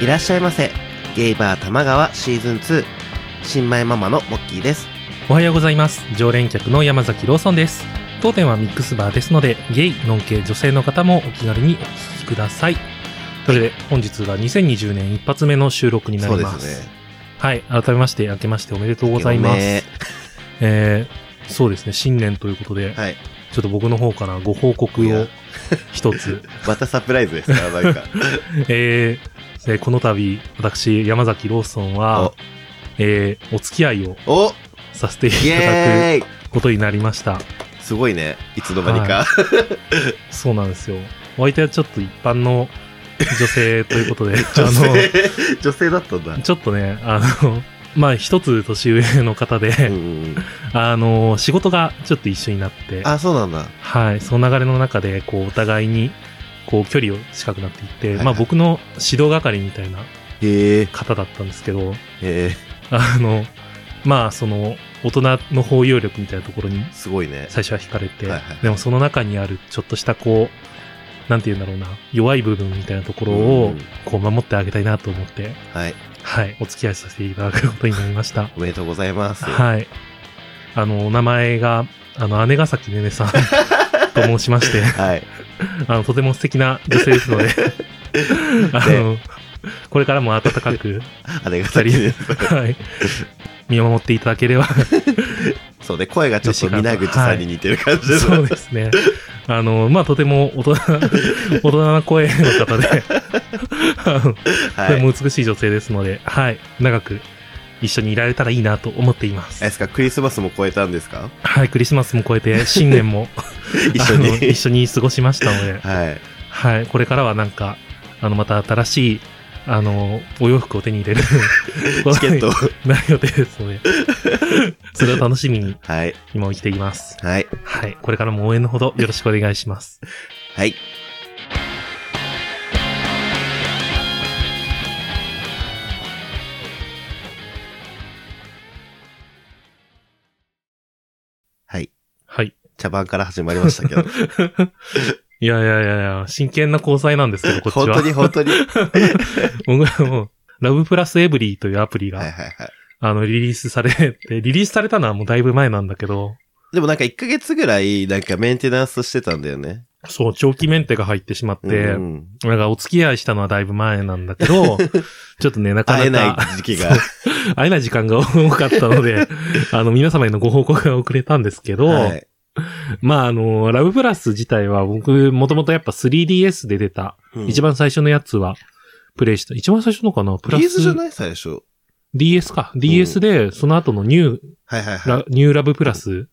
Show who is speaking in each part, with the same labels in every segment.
Speaker 1: いらっしゃいませ。ゲイバー玉川シーズン2。新米ママのモッキーです。
Speaker 2: おはようございます。常連客の山崎ローソンです。当店はミックスバーですので、ゲイ、ノン系、女性の方もお気軽にお聞きください。ということで、本日が2020年一発目の収録になります。
Speaker 1: ね。
Speaker 2: はい。改めまして、明けましておめでとうございます。えー、そうですね、新年ということで、
Speaker 1: はい。
Speaker 2: ちょっと僕の方からご報告
Speaker 1: いや
Speaker 2: を一つ。
Speaker 1: またサプライズ ですから、なんか。
Speaker 2: えー、えーこの度、私、山崎ローソンは、えー、お付き合いを
Speaker 1: お
Speaker 2: させてい
Speaker 1: イ
Speaker 2: ただ
Speaker 1: エーイ
Speaker 2: くことになりました。
Speaker 1: すごいね。いつの間にか。
Speaker 2: そうなんですよ。お相手はちょっと一般の女性ということで、
Speaker 1: 女性、 女性だったんだ
Speaker 2: あの、。ちょっとね、あの、まあ一つ年上の方で、
Speaker 1: うんうんうん
Speaker 2: あの、仕事がちょっと一緒になって、
Speaker 1: あ、そうなんだ。
Speaker 2: はい、その流れの中で、こう、お互いに、こう、距離を近くなっていって、
Speaker 1: はいはい
Speaker 2: まあ僕の指導係みたいな
Speaker 1: へえ。
Speaker 2: 方だったんですけど、
Speaker 1: へえ。
Speaker 2: あの、まあその、大人の包容力みたいなところに
Speaker 1: すごいね。
Speaker 2: 最初は惹かれて、
Speaker 1: はいはい
Speaker 2: でもその中にあるちょっとしたこう、なんて言うんだろうな、弱い部分みたいなところ
Speaker 1: う
Speaker 2: を
Speaker 1: ん、
Speaker 2: こう守ってあげたいなと思って、
Speaker 1: はい。
Speaker 2: はい、お付き合いさせていただくことになりました。
Speaker 1: おめでとうございます。
Speaker 2: はい。あの、お名前が、あの、姉ヶ崎ね ねさんと申しまして、
Speaker 1: はい。
Speaker 2: あの、とても素敵な女性 ですので、あの、これからも温か く、
Speaker 1: あれが先です。
Speaker 2: はい、見守っていただけれ ば、
Speaker 1: そうね、声がちょっと皆口さんに似てる感じですね。
Speaker 2: そうですね。あの、まあ、とても大人、大人な声の方 で、あのと
Speaker 1: は
Speaker 2: て
Speaker 1: い。
Speaker 2: も美しい女性ですので、はい、長く一緒にいられたらいいなと思っていま。
Speaker 1: あれですすか、クリスマスも超えたんですか
Speaker 2: はい、クリスマスも超 えて、新年も
Speaker 1: 一緒
Speaker 2: あの一
Speaker 1: に。
Speaker 2: 緒に過ごしましたので、
Speaker 1: はい。
Speaker 2: はい、これからはなんか、あの、また新しい、あの、お洋服を手に入れる
Speaker 1: チケットを。
Speaker 2: なる予定ですので、それを楽しみに
Speaker 1: はい。
Speaker 2: 今を生きていきます。
Speaker 1: はい。
Speaker 2: はい、これからも応援のほどよろしくお願いします。
Speaker 1: はい。はい。
Speaker 2: はい。
Speaker 1: 茶番から始まりましたけ ど。
Speaker 2: いやいやいやいや、真剣な交際なんですけど、こっち
Speaker 1: 本
Speaker 2: は。
Speaker 1: 当に本当に。はい
Speaker 2: 僕はもう、ラブプラスエブリーというアプリが、
Speaker 1: はいはい。
Speaker 2: あの、リリースされて、リリースされたのはもうだいぶ前なんだけど、
Speaker 1: でもなんか1ヶ月ぐらい、なんかメンテナンスしてたんだよね。
Speaker 2: そう、長期メンテが入ってしまって、
Speaker 1: うん、
Speaker 2: なんかお付き合いしたのはだいぶ前なんだけ ど、ちょっとね、なかなか
Speaker 1: 会えない時期が。
Speaker 2: 会えない時間が多かった ので、あの、皆様へのご報告が遅れたんですけど、
Speaker 1: はい。
Speaker 2: まあ、あの、ラブプラス自体は僕、もともとやっぱ 3DS で出た、
Speaker 1: うん
Speaker 2: 一番最初のやつは、プレイした。一番最初のかなプラス。
Speaker 1: リーズじゃない最初。
Speaker 2: DS か。DS で、その後のニュー、
Speaker 1: はいはいはい
Speaker 2: ラ。ニューラブプラス。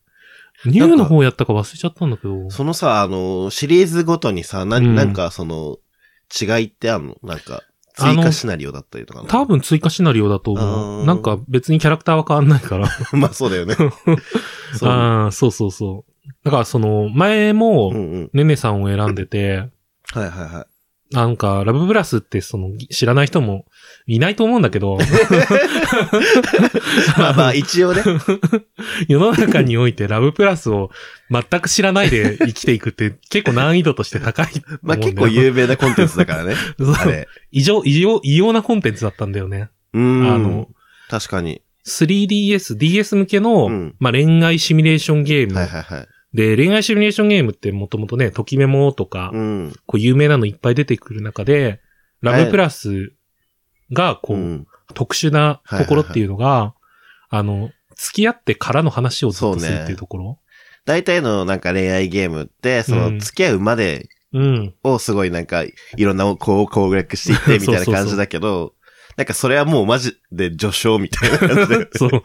Speaker 2: ニューの方やったか忘れちゃったんだけど。
Speaker 1: そのさ、あの、シリーズごとにさ、な、
Speaker 2: うん
Speaker 1: なんかその、違いってあんのなんか、追加シナリオだったりとかな
Speaker 2: 多分追加シナリオだと思
Speaker 1: あー
Speaker 2: う。なんか別にキャラクターは変わんないから。
Speaker 1: まあそうだよ ね。そう。
Speaker 2: ああ、そうそうそう。だからその、前
Speaker 1: うんう
Speaker 2: も、
Speaker 1: ん。
Speaker 2: ねねさんを選んでて、
Speaker 1: はいはいは
Speaker 2: なんか、ラブプラスってその、知らない人もいないと思うんだ けど、
Speaker 1: い。まあまあ一 応ね。
Speaker 2: 世の中においてラブプラスを全く知らないで生きていくって結構難易度として 高いと思うん
Speaker 1: ま
Speaker 2: だ
Speaker 1: あ
Speaker 2: よ。
Speaker 1: 結構有名なコンテンツだからね。
Speaker 2: そう
Speaker 1: あれ。
Speaker 2: 異常、異常、異様なコンテンツだったんだよね。
Speaker 1: う
Speaker 2: あ
Speaker 1: ん。
Speaker 2: の、
Speaker 1: 確かに。
Speaker 2: 3DS、DS 向けの、
Speaker 1: うん
Speaker 2: まあ、恋愛シミュレーションゲーム。
Speaker 1: はいはいはい。
Speaker 2: で、恋愛シミュレーションゲームってもともとね、ときメモとか、
Speaker 1: うん。
Speaker 2: こう有名なのいっぱい出てくる中で、ラブプラスが、こ
Speaker 1: う
Speaker 2: う、
Speaker 1: ん。
Speaker 2: 特殊なところっていうのが、あの、付き合ってからの話をずっとするっていうところ。
Speaker 1: 大体のなんか恋愛ゲームって、そうの
Speaker 2: ん
Speaker 1: 付き合うまで
Speaker 2: うん。。
Speaker 1: をすごいなんか、いろんなこう攻略していってみたいな感じだけど、なんかそれはもうマジで序章みたいな感じで
Speaker 2: そう。だか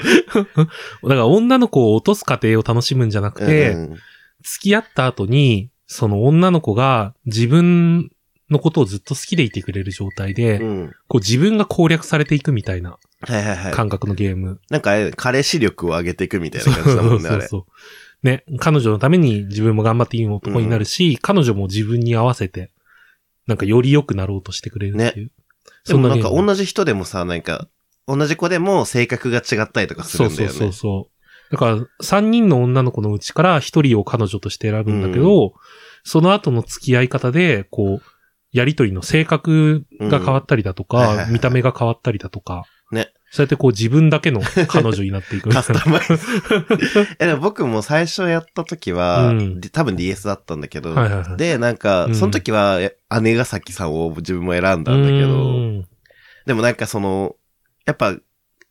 Speaker 2: ら女の子を落とす過程を楽しむんじゃなくて、
Speaker 1: うんうん
Speaker 2: 付き合った後に、その女の子が自分のことをずっと好きでいてくれる状態で、
Speaker 1: うん。
Speaker 2: こう自分が攻略されていくみたいな
Speaker 1: はいはいはい。
Speaker 2: 感覚のゲーム。
Speaker 1: なんかあれ、彼氏力を上げていくみたい
Speaker 2: そ
Speaker 1: な
Speaker 2: う
Speaker 1: 感じだもんね、
Speaker 2: そ
Speaker 1: あ
Speaker 2: う
Speaker 1: れ。
Speaker 2: そう。ね、彼女のために自分も頑張っていい男になるし、彼女も自分に合わせて、なんかより良くなろうとしてくれるっていう。
Speaker 1: でもなん
Speaker 2: ゲ
Speaker 1: か
Speaker 2: ーム
Speaker 1: 同じ人でもさ、なんか、同じ子でも性格が違ったりとかす
Speaker 2: そ
Speaker 1: る
Speaker 2: うん
Speaker 1: だ
Speaker 2: そう
Speaker 1: よ
Speaker 2: そ
Speaker 1: ね
Speaker 2: う。そう。だから、三人の女の子のうちから一人を彼女として選ぶんだけど、その後の付き合い方で、こう、やりとりの性格が変わったりだと
Speaker 1: うんはいはい
Speaker 2: か、
Speaker 1: はい
Speaker 2: 見た目が変わったりだとか、
Speaker 1: ね。
Speaker 2: そうやってこう自分だけの彼女になっていくみ た
Speaker 1: カ
Speaker 2: い
Speaker 1: スタマイズ。 え、でも僕も最初やった時は、
Speaker 2: うん
Speaker 1: で多分 DS だったんだけど、
Speaker 2: な。はいはいはい。
Speaker 1: で、なんか
Speaker 2: う、ん
Speaker 1: その時は、え姉ヶ崎さんを自分も選んだんだ
Speaker 2: う
Speaker 1: け
Speaker 2: ー
Speaker 1: ど、
Speaker 2: ん
Speaker 1: でもなんかその、やっぱ、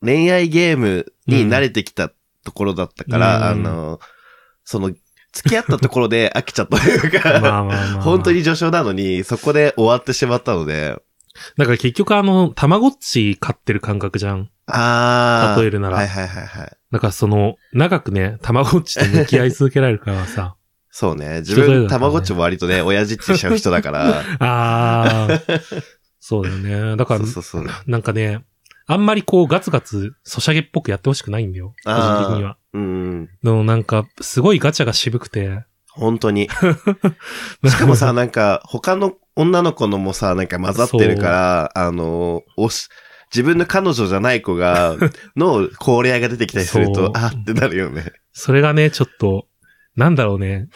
Speaker 1: 恋愛ゲームに慣れてきたところだったから、
Speaker 2: うん
Speaker 1: あの、その、付き合ったところで飽きちゃったという
Speaker 2: まあ ま
Speaker 1: か、
Speaker 2: あまあま あ。
Speaker 1: 本当に序章なのに、そこで終わってしまったので、
Speaker 2: だから結局あの、たまごっち飼ってる感覚じゃん。
Speaker 1: あー。
Speaker 2: 例えるなら
Speaker 1: はいはいはいはい。
Speaker 2: だからその、長くね、たまごっちと向き合い続けられるからさ。
Speaker 1: そうね。自
Speaker 2: 人それぞれだか
Speaker 1: 分、た
Speaker 2: らね
Speaker 1: まごっちも割 とね、親父ってしちゃう人だから、
Speaker 2: ああ。そうだよね。だから
Speaker 1: そう、そうそう。
Speaker 2: なんかね、あんまりこうガツガツ、ソシャゲっぽくやってほしくないんだよ。個
Speaker 1: あー
Speaker 2: 人的には。
Speaker 1: うん。
Speaker 2: でもなんか、すごいガチャが渋くて。
Speaker 1: 本当に。しかも さ、なんか、他の女の子のもさ、なんか混ざってるから、あの、おし、自分の彼女じゃない子 が、の、高齢が出てきたりする
Speaker 2: そう
Speaker 1: と、あーってなるよね。
Speaker 2: それがね、ちょっと、なんだろうね。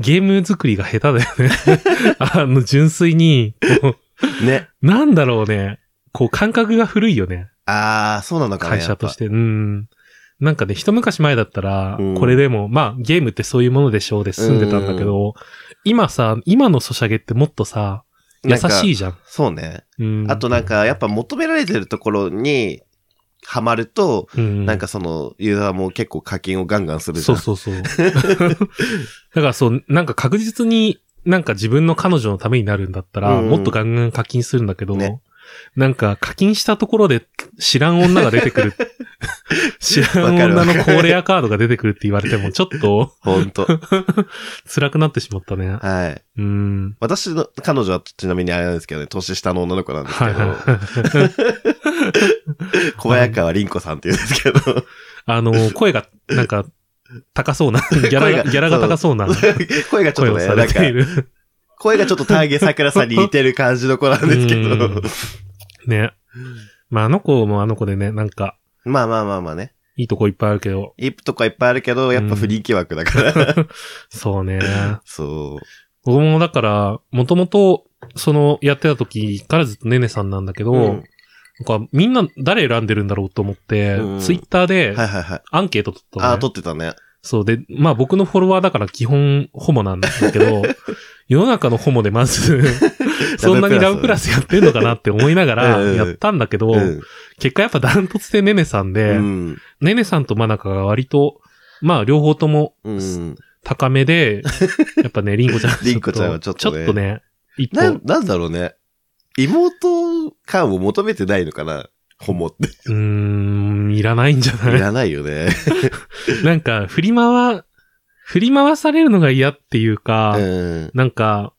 Speaker 2: ゲーム作りが下手だよね。 あの、純粋に、こ
Speaker 1: ね。
Speaker 2: うなんだろうね。こう、感覚が古いよね。
Speaker 1: ああ、そうなのかな。。
Speaker 2: 会社としてて。うん。なんかね、一昔前だったら
Speaker 1: うん、
Speaker 2: これでも、まあ、ゲームってそういうものでしょうで済んでたんだけど、今さ、今のソシャゲってもっとさ、優しい
Speaker 1: い。
Speaker 2: じゃん。
Speaker 1: そうね。
Speaker 2: うん。
Speaker 1: あとなんか、やっぱ求められてるところに、ハマると、
Speaker 2: うん、
Speaker 1: なんかその、ユーザーも結構課金をガンガンするじ
Speaker 2: そ
Speaker 1: ゃ。
Speaker 2: うんそうそう。だからそう、なんか確実になんか自分の彼女のためになるんだったら、
Speaker 1: うん
Speaker 2: もっとガンガン課金するんだけど、
Speaker 1: ね
Speaker 2: なんか課金したところで知らん女が出てく る。知らん女
Speaker 1: わか
Speaker 2: の
Speaker 1: るわ
Speaker 2: 高
Speaker 1: かる
Speaker 2: レアカードが出てくるって言われても、ちょっと
Speaker 1: ほんと。
Speaker 2: 辛くなってしまったね。
Speaker 1: はい。
Speaker 2: うん。
Speaker 1: 私の彼女はちなみにあれなんですけどね、年下の女の子なんです
Speaker 2: は
Speaker 1: け
Speaker 2: いはい
Speaker 1: ど、
Speaker 2: はい。
Speaker 1: 小早川凛子さんって言うんですけど、
Speaker 2: あの、声がなんか高そうな、ギャラ
Speaker 1: 声
Speaker 2: が、
Speaker 1: が
Speaker 2: ギャラが高そうな
Speaker 1: 声がちょ
Speaker 2: 声
Speaker 1: っと
Speaker 2: を
Speaker 1: ね、な
Speaker 2: され
Speaker 1: んか
Speaker 2: てい、る。
Speaker 1: 声がちょっとターゲさくらさんに似てる感じの子なんですけ
Speaker 2: うん
Speaker 1: ど。
Speaker 2: ね。まああの子もあの子でね、なんか、
Speaker 1: まあまあまあまあね。
Speaker 2: いいとこいっぱいあるけど、
Speaker 1: いいとこはいっぱいあるけど、やっぱ不人気枠だから。
Speaker 2: そうね。
Speaker 1: そ
Speaker 2: 僕もだから、もともと、その、やってた時からずっとねねさんなんだけど、
Speaker 1: う。うん
Speaker 2: なんかみんな誰選んでるんだろうと思って、
Speaker 1: うん
Speaker 2: ツイッターで
Speaker 1: はいはいはい。
Speaker 2: アンケート取ったの、ね
Speaker 1: ああ、撮ってたね。
Speaker 2: そうで、まあ僕のフォロワーだから基本ホモなんだけ ど、世の中のホモでまず、そんなにラブプラスやってんのかなって思いなが ら
Speaker 1: うん
Speaker 2: やったんだけど、
Speaker 1: うん。
Speaker 2: 結果やっぱダントツでねねさん
Speaker 1: う
Speaker 2: で、
Speaker 1: ん。
Speaker 2: ねねさんと真中が割と、まあ両方とも
Speaker 1: うん。
Speaker 2: 高 めで、やっぱね、リンコちゃんはょっと。
Speaker 1: リンコちゃんはちょっとね
Speaker 2: ちょっとね、一
Speaker 1: な
Speaker 2: 歩
Speaker 1: ん、、なんだろうね。妹感を求めてないのかなホモ って。
Speaker 2: うーん、いらないんじゃ
Speaker 1: い
Speaker 2: ない
Speaker 1: らないよね。
Speaker 2: なんか、振り回、振り回されるのが嫌っていうか、
Speaker 1: うん。
Speaker 2: なんか、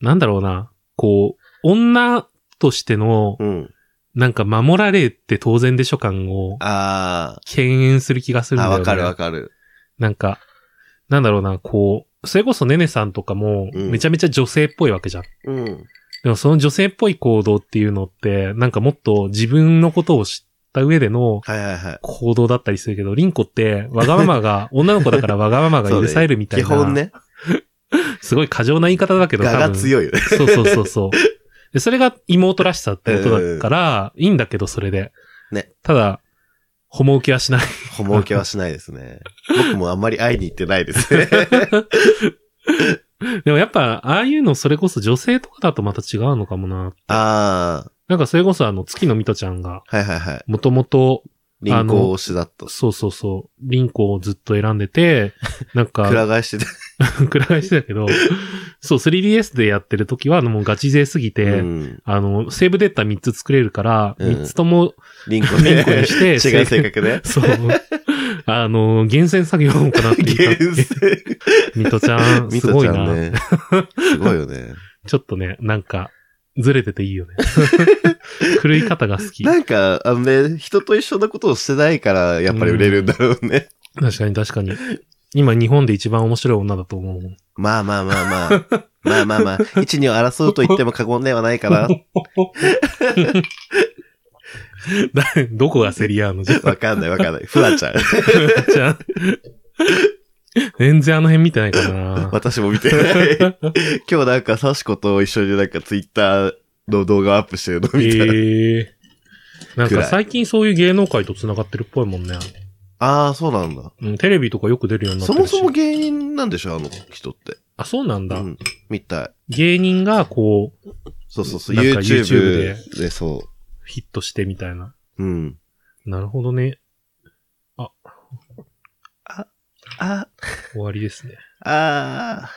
Speaker 2: なんだろうな、こう、女としての、
Speaker 1: うん。
Speaker 2: なんか守られて当然でしょ感を、
Speaker 1: あ
Speaker 2: 敬遠する気がす
Speaker 1: ー
Speaker 2: るんだ
Speaker 1: あ、
Speaker 2: よね。
Speaker 1: わかるわかる。
Speaker 2: なんか、なんだろうな、こう、それこそねねさんとかも、
Speaker 1: うん
Speaker 2: めちゃめちゃ女性っぽいわけじゃん。
Speaker 1: うん。
Speaker 2: でもその女性っぽい行動っていうのって、なんかもっと自分のことを知った上での
Speaker 1: はいはいはい。
Speaker 2: 行動だったりするけど、リンコってわがま まが、女の子だからわがままが許されるみたい
Speaker 1: 基
Speaker 2: な。
Speaker 1: 本。ね、
Speaker 2: すごい過剰な言い方だけど、
Speaker 1: 画
Speaker 2: 多
Speaker 1: が
Speaker 2: 分。
Speaker 1: 強いよね。
Speaker 2: そうそうそうそう。で、それが妹らしさってことだから、いいんだけど、それで。
Speaker 1: ね。
Speaker 2: ただ、ホモ受けはしない。
Speaker 1: ホモ受けはしないですね。僕もあんまり会いに行ってないです ね。
Speaker 2: でもやっぱ、ああいうのそれこそ女性とかだとまた違うのかもな。
Speaker 1: ああ、
Speaker 2: なんかそれこそあの、月のミトちゃんが、
Speaker 1: はいはいはい。
Speaker 2: もともと、
Speaker 1: 輪行推しだと。
Speaker 2: そうそうそう、リンコをずっと選ん でて、なんか、
Speaker 1: くら替えしてて。
Speaker 2: くら替えしてたけど、そう、3DS でやってる時は、もうガチ勢すぎて、
Speaker 1: うん。
Speaker 2: あの、セーブデータ3つ作れるから、
Speaker 1: うん
Speaker 2: 3つとも、
Speaker 1: 輪行
Speaker 2: 輪行にして
Speaker 1: 違う性格ね。
Speaker 2: そう、あの、厳選作業を行っていたっていう
Speaker 1: 厳。選。
Speaker 2: ミトちゃん、
Speaker 1: み
Speaker 2: す
Speaker 1: と
Speaker 2: ご
Speaker 1: ち
Speaker 2: い
Speaker 1: ゃ
Speaker 2: な。
Speaker 1: んね。すごいよね。
Speaker 2: ちょっとね、なんか、ずれててい いよね。 狂い方が好き。
Speaker 1: なんか、あのね、人と一緒なことをしてないから、やっぱり売れるんだろうね。
Speaker 2: 確かに確かに。今日本で一番面白い女だと思う もん。
Speaker 1: まあまあまあまあ。まあまあまあ。一二を争うと言っても過言ではないか な。
Speaker 2: だどこがセリアーノじゃん。
Speaker 1: わかんないわかんない。ふわちゃん。
Speaker 2: じゃあ全然あの辺見てないからな。
Speaker 1: 私も見てない。 今日なんか、サシコと一緒になんかツイッターの動画をアップしてるの
Speaker 2: え
Speaker 1: 見たら。
Speaker 2: えなん
Speaker 1: 暗
Speaker 2: か
Speaker 1: い
Speaker 2: 最近そういう芸能界と繋がってるっぽいもんね。
Speaker 1: ああ、そうなんだ。
Speaker 2: うん、テレビとかよく出るようになって
Speaker 1: そ
Speaker 2: る
Speaker 1: も
Speaker 2: し。
Speaker 1: そも芸人なんでしょあの人って。
Speaker 2: あ、そうなん
Speaker 1: う
Speaker 2: だ。
Speaker 1: ん。みたい。
Speaker 2: 芸人がこう、
Speaker 1: そうそうそう。
Speaker 2: なんか
Speaker 1: YouTube
Speaker 2: YouTube
Speaker 1: で、そ
Speaker 2: ヒットしてみたいな。
Speaker 1: う。うん。
Speaker 2: なるほどね。
Speaker 1: あ、
Speaker 2: 終わりですね。
Speaker 1: あー。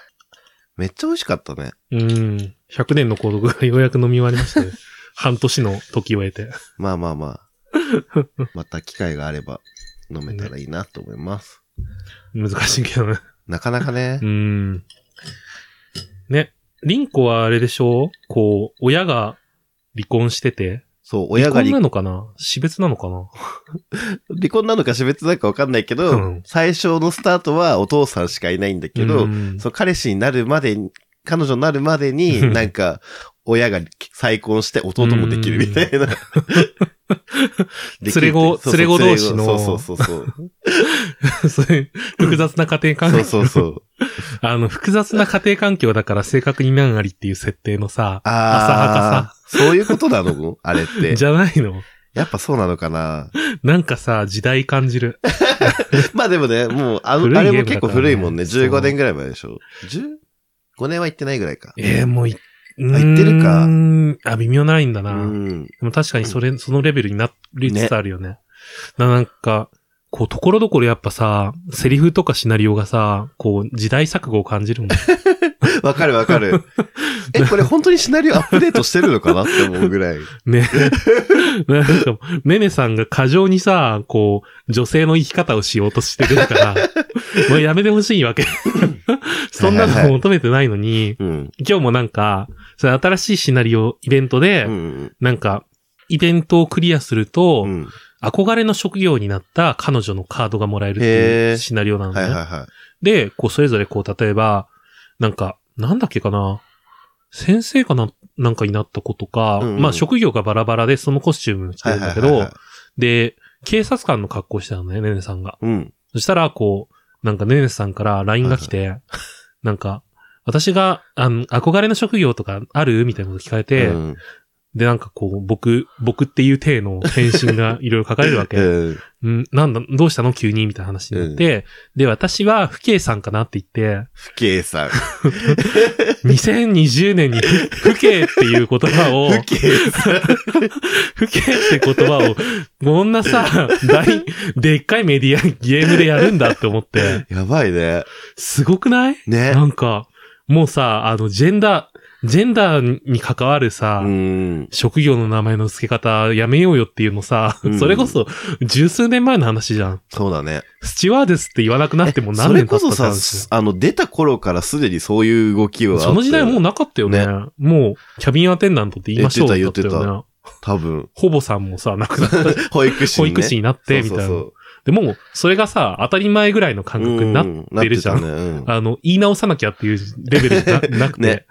Speaker 1: めっちゃ美味しかったね。
Speaker 2: うん。100年の孤独がようやく飲み終わりま したね。半年の時を経て。
Speaker 1: まあまあ まあ。また機会があれば飲めたらいいなと思います。
Speaker 2: 難しいけどね。
Speaker 1: なかなかね
Speaker 2: う。ん。ね。リンコはあれでしょうこう、親が離婚してて。
Speaker 1: そう、親が
Speaker 2: 離婚
Speaker 1: 離
Speaker 2: なのかな死別なのかな
Speaker 1: 離婚なのか死別なのかわかんないけど、
Speaker 2: うん
Speaker 1: 最初のスタートはお父さんしかいないんだけど、
Speaker 2: うん
Speaker 1: そう彼氏になるまでに、彼女になるまで に、
Speaker 2: うん
Speaker 1: なんか、親が再婚して弟も できるみたいな。できるって
Speaker 2: 連れ
Speaker 1: そ
Speaker 2: 子
Speaker 1: うそう
Speaker 2: 連れ子同士の
Speaker 1: そうそうそうそう。
Speaker 2: そういう複雑な家庭環
Speaker 1: そう
Speaker 2: 境。
Speaker 1: そうそう。
Speaker 2: あの、複雑な家庭環境だから正確に何ありっていう設定のさ、
Speaker 1: ああ、そういうことなのあれって。
Speaker 2: じゃないの。
Speaker 1: やっぱそうなのかな
Speaker 2: なんかさ、時代感じる。
Speaker 1: まあでもね、もうあの、
Speaker 2: 古い
Speaker 1: あれ
Speaker 2: ゲー
Speaker 1: も
Speaker 2: ムだ
Speaker 1: 結構
Speaker 2: からね
Speaker 1: 古いもんね。
Speaker 2: そう
Speaker 1: 15年ぐらい前でしょ。15年は行ってないぐらいか。
Speaker 2: えー、もうい、
Speaker 1: あ言ってるか
Speaker 2: うーんあ、微妙ないんだな。
Speaker 1: うん。
Speaker 2: でも確かにそれ、そのレベルになりつつあるよね。ななんか、こう、ところどころやっぱさ、セリフとかシナリオがさ、こう、時代錯誤を感じるもん。
Speaker 1: わかるわか る。え、これ本当にシナリオアップデートしてるのかなって思うぐらい。
Speaker 2: ね。なんか、ねねさんが過剰にさ、こう、女性の生き方をしようとしてく るから、もうやめてほしいわけ。そんなの求めてないのに、
Speaker 1: うん。
Speaker 2: 今日もなんか、それ新しいシナリオ、イベントで、
Speaker 1: うん。
Speaker 2: なんか、イベントをクリアすると、
Speaker 1: うん。
Speaker 2: 憧れの職業になった彼女のカードがもらえるってい
Speaker 1: へ
Speaker 2: う
Speaker 1: ー
Speaker 2: シナリオなの
Speaker 1: はいはい
Speaker 2: ね。
Speaker 1: は
Speaker 2: で、こう、それぞれこう、例えば、なんか、なんだっけかな。先生かな、なんかになった子とか、
Speaker 1: うんうん
Speaker 2: まあ、職業がバラバラでそのコスチューム着
Speaker 1: い。
Speaker 2: て
Speaker 1: は
Speaker 2: る
Speaker 1: い
Speaker 2: ん
Speaker 1: はいは
Speaker 2: だけ
Speaker 1: いはい
Speaker 2: ど、。で、警察官の格好してたのね、ねねさんが。
Speaker 1: うん。
Speaker 2: そしたら、こう、なんかねねさんから LINE が来て、なんか、私が、あの、憧れの職業とかあるみたいなこと聞かれて、
Speaker 1: うん
Speaker 2: で、なんかこう、僕、僕っていう体の返信がいろいろ書かれる わけ。
Speaker 1: うん
Speaker 2: うん、なんだ、どうしたの急にみたいな話になって、で、私は、不敬さんかなって言って、
Speaker 1: 不敬さん。
Speaker 2: 2020年に 不不敬っていう言葉を、
Speaker 1: 不敬さん。
Speaker 2: 不敬って言葉を、こんなさ、大、でっかいメディア、ゲームでやるんだって思って、
Speaker 1: やばいね。
Speaker 2: すごくない
Speaker 1: ね。
Speaker 2: なんか、もうさ、あの、ジェンダー、ジェンダーに関わるさ、
Speaker 1: うん。
Speaker 2: 職業の名前の付け方やめようよっていうのさ、
Speaker 1: うん
Speaker 2: それこそ十数年前の話じゃん。
Speaker 1: そうだね。
Speaker 2: スチュワーデスって言わなくなってもう
Speaker 1: そ
Speaker 2: 何
Speaker 1: れ
Speaker 2: 年経
Speaker 1: こ
Speaker 2: った
Speaker 1: そ
Speaker 2: って
Speaker 1: さ
Speaker 2: 話、
Speaker 1: あの、出た頃からすでにそういう動きはあったよ
Speaker 2: その時代もうなかったよね。もう、キャビンアテンダントって言いましょうだ
Speaker 1: 言ってた
Speaker 2: よ
Speaker 1: 言
Speaker 2: ね。
Speaker 1: 多 分。
Speaker 2: ほぼさんもさ、亡くなった。
Speaker 1: 保育士
Speaker 2: 保
Speaker 1: ね。
Speaker 2: 育士になって、みたいな。
Speaker 1: そう
Speaker 2: でも、それがさ、当たり前ぐらいの
Speaker 1: そう
Speaker 2: 感
Speaker 1: そう
Speaker 2: 覚になっ、
Speaker 1: うん
Speaker 2: てるじゃん
Speaker 1: なってたねうん
Speaker 2: あの、言い直さなきゃっていうレベルじゃななく て、
Speaker 1: ね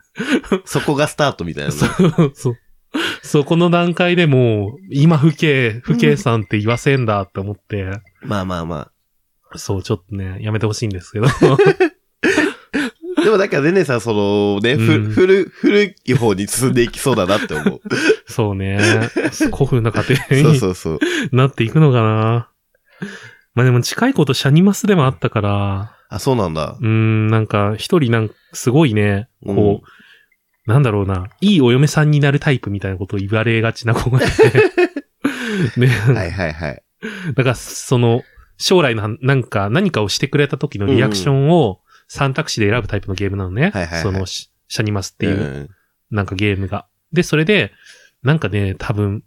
Speaker 1: そこがスタートみたいなね。
Speaker 2: そう。そこの段階でもう、今、不敬、不敬さんって言わせんだって思って、
Speaker 1: まあまあまあ。
Speaker 2: そう、ちょっとね、やめてほしいん ですけど。
Speaker 1: でもなんかねねさん、そのね、ふ
Speaker 2: うん
Speaker 1: 古、古い方に進んでいきそうだなって思 う。
Speaker 2: そうね。古風な家
Speaker 1: そ
Speaker 2: 庭
Speaker 1: う
Speaker 2: に
Speaker 1: そうそう。
Speaker 2: なっていくのかな。まあでも近いことシャニマスでもあったから、
Speaker 1: あ、そうなんだ
Speaker 2: う。ーん、なんか一人なんかすごいね、こう、
Speaker 1: うん
Speaker 2: なんだろうな、いいお嫁さんになるタイプみたいなことを言われがちな子がい て。ね、
Speaker 1: はいはいはい。
Speaker 2: だからその、将来のはなんか何かをしてくれた時のリアクションを選択肢で選ぶタイプのゲームなのね。
Speaker 1: はいはいはい
Speaker 2: そのシシャニマスっていう。
Speaker 1: うん
Speaker 2: なんかゲームが。で、それで、なんかね、多分、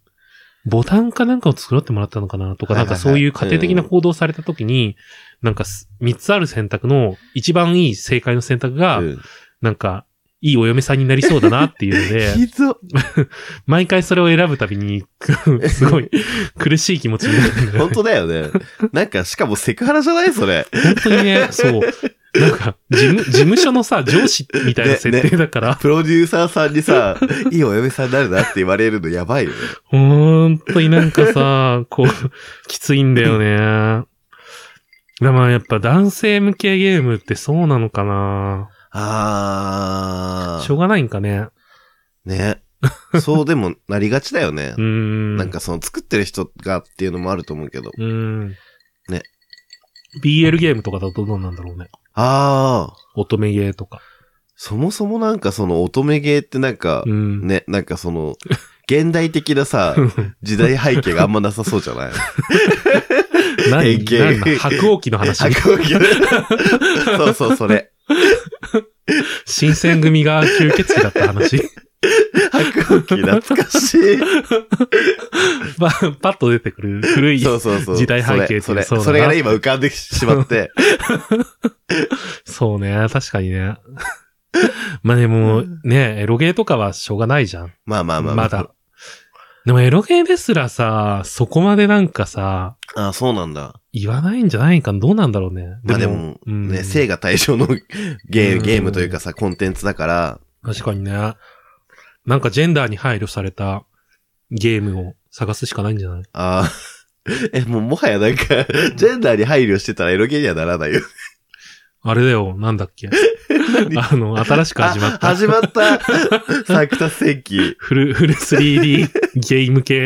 Speaker 2: ボタンかなんかを作ろうってもらったのかなとか、
Speaker 1: は
Speaker 2: ないん
Speaker 1: はいはい
Speaker 2: かそういう家庭的な行動をされた時に、なんかす三つある選択の一番いい正解の選択が、
Speaker 1: うん
Speaker 2: なんか、いいお嫁さんになりそうだなっていうので、
Speaker 1: ひぞ。
Speaker 2: 毎回それを選ぶたびに、 すごい苦しい気持ちになるんだよ
Speaker 1: 本
Speaker 2: ね。
Speaker 1: 当だよね。なんか、しかもセクハラじゃないそ れ。
Speaker 2: 本当にね、そう。なんか、事務、事務所のさ、上司みたいな設定だから、
Speaker 1: プロデューサーさんにさ、いいお嫁さんになるなって言われるのやばいよね。
Speaker 2: ほんとになんかさ、こう、きついんだよね。でもやっぱ男性向けゲームってそうなのかな
Speaker 1: あ
Speaker 2: しょうがないんかね。
Speaker 1: ー。ね。そうでもなりがちだよね
Speaker 2: うー。ん。
Speaker 1: なんかその作ってる人がっていうのもあると思うけど。
Speaker 2: うーん。
Speaker 1: ね。
Speaker 2: BL ゲームとかだとどうなんだろうね。
Speaker 1: ああ。
Speaker 2: 乙女ゲーとか。
Speaker 1: そもそもなんかその乙女ゲーってなんか
Speaker 2: う、ん。
Speaker 1: ね、なんかその、現代的なさ、時代背景があんまなさそうじゃ ない
Speaker 2: 何
Speaker 1: 変
Speaker 2: 何
Speaker 1: 形
Speaker 2: なん白鸚記の話
Speaker 1: あ。こういう そうそう、それ。
Speaker 2: 新選組が吸血鬼だった話。
Speaker 1: 白鸚記懐かし
Speaker 2: パパッと出てくる古
Speaker 1: い。
Speaker 2: い
Speaker 1: そうそうそう。
Speaker 2: 時代背景って
Speaker 1: それ、
Speaker 2: そ
Speaker 1: そう
Speaker 2: だ
Speaker 1: れ
Speaker 2: な
Speaker 1: それがね、今浮かんでしまって。
Speaker 2: そうね、確かにね。 まあでも、ね、エロゲーとかはしょうがないじゃん。
Speaker 1: まあまあまあ、
Speaker 2: まだ。。でもエロゲーですらさ、そこまでなんかさ、
Speaker 1: ああ、そうなんだ。
Speaker 2: 言わないんじゃないかなどうなんだろうね。
Speaker 1: まあでも、
Speaker 2: うん
Speaker 1: ね、性が対象のゲ
Speaker 2: う
Speaker 1: ー
Speaker 2: ん
Speaker 1: ゲームというかさ、コンテンツだから、
Speaker 2: 確かにね。なんかジェンダーに配慮されたゲームを探すしかないんじゃない
Speaker 1: ああ、 え、もうもはやなんか、ジェンダーに配慮してたらエロゲーにはならないよ。
Speaker 2: あれだよ、なんだ っけ。あの、新しく始まっ
Speaker 1: あ
Speaker 2: た。
Speaker 1: 始ま った。作田戦記。
Speaker 2: フル、フル 3D ゲーム系。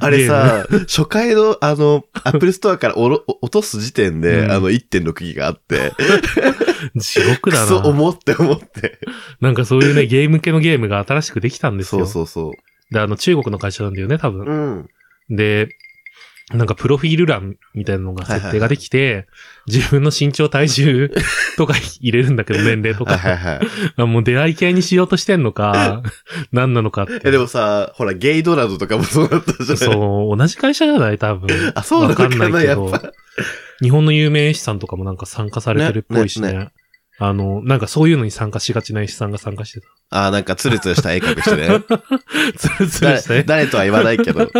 Speaker 1: あれさ、初回の、あの、アップルストアからおろお落とす時点で、
Speaker 2: うん
Speaker 1: あの、1.6ギガあって、
Speaker 2: 地獄
Speaker 1: く
Speaker 2: だ
Speaker 1: そ
Speaker 2: な。
Speaker 1: 思って思って。
Speaker 2: なんかそういうね、ゲーム系のゲームが新しくできたんです
Speaker 1: そ
Speaker 2: よ。
Speaker 1: うそうそう。
Speaker 2: で、あの、中国の会社なんだよね、多分。
Speaker 1: うん。
Speaker 2: で、なんかプロフィール欄みたいなのが設定ができて、自分の身長体 重とか入れるんだけど、年齢と
Speaker 1: はいは
Speaker 2: か。
Speaker 1: いはい。
Speaker 2: もう出会い系にしようとしてん のか、何なのかって。
Speaker 1: え、でもさ、ほら、ゲイドラドとかもそうだったじゃん。
Speaker 2: そう、同じ会社じゃない多分。
Speaker 1: あそうなの
Speaker 2: わ
Speaker 1: か
Speaker 2: か
Speaker 1: なん
Speaker 2: ないけど
Speaker 1: やっ。
Speaker 2: 日本の有名絵師さんとかもなんか参加されてるっぽいしね。
Speaker 1: ね
Speaker 2: あの、なんかそういうのに参加しがちな絵師さんが参加してた。
Speaker 1: あー、なんかツルツルした絵描く 人ね。
Speaker 2: つるつるして
Speaker 1: 誰。誰とは言わないけど、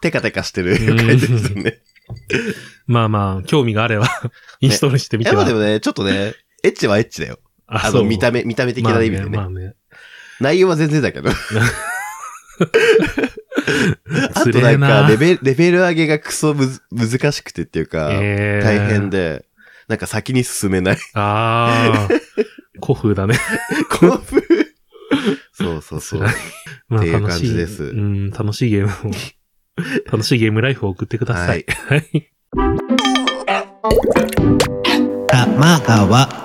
Speaker 1: テカテカしてる絵を描いてる人ね。
Speaker 2: まあまあ、興味があれば、インストールして
Speaker 1: い
Speaker 2: みて
Speaker 1: や、ま
Speaker 2: は。
Speaker 1: あでもね、ちょっとね、エッチはエッチだよ。
Speaker 2: あ
Speaker 1: あの、見た目、見た目的な意味でね。
Speaker 2: まあね。
Speaker 1: 内容は全然だけ ど。
Speaker 2: まあね
Speaker 1: あと
Speaker 2: つれ
Speaker 1: な
Speaker 2: え
Speaker 1: んか、レベル、レベル上げがクソむず、難しくてっていうか、
Speaker 2: えー
Speaker 1: 大変で、なんか先に進 めない。
Speaker 2: ああ。 古風だね。
Speaker 1: 興奮そうそうそう。
Speaker 2: 辛いま
Speaker 1: っ
Speaker 2: あ
Speaker 1: ていう
Speaker 2: 楽しい。
Speaker 1: 感じです
Speaker 2: うん、楽しいゲ ームを。楽しいゲームライフを送ってください。
Speaker 1: はい。
Speaker 3: 玉川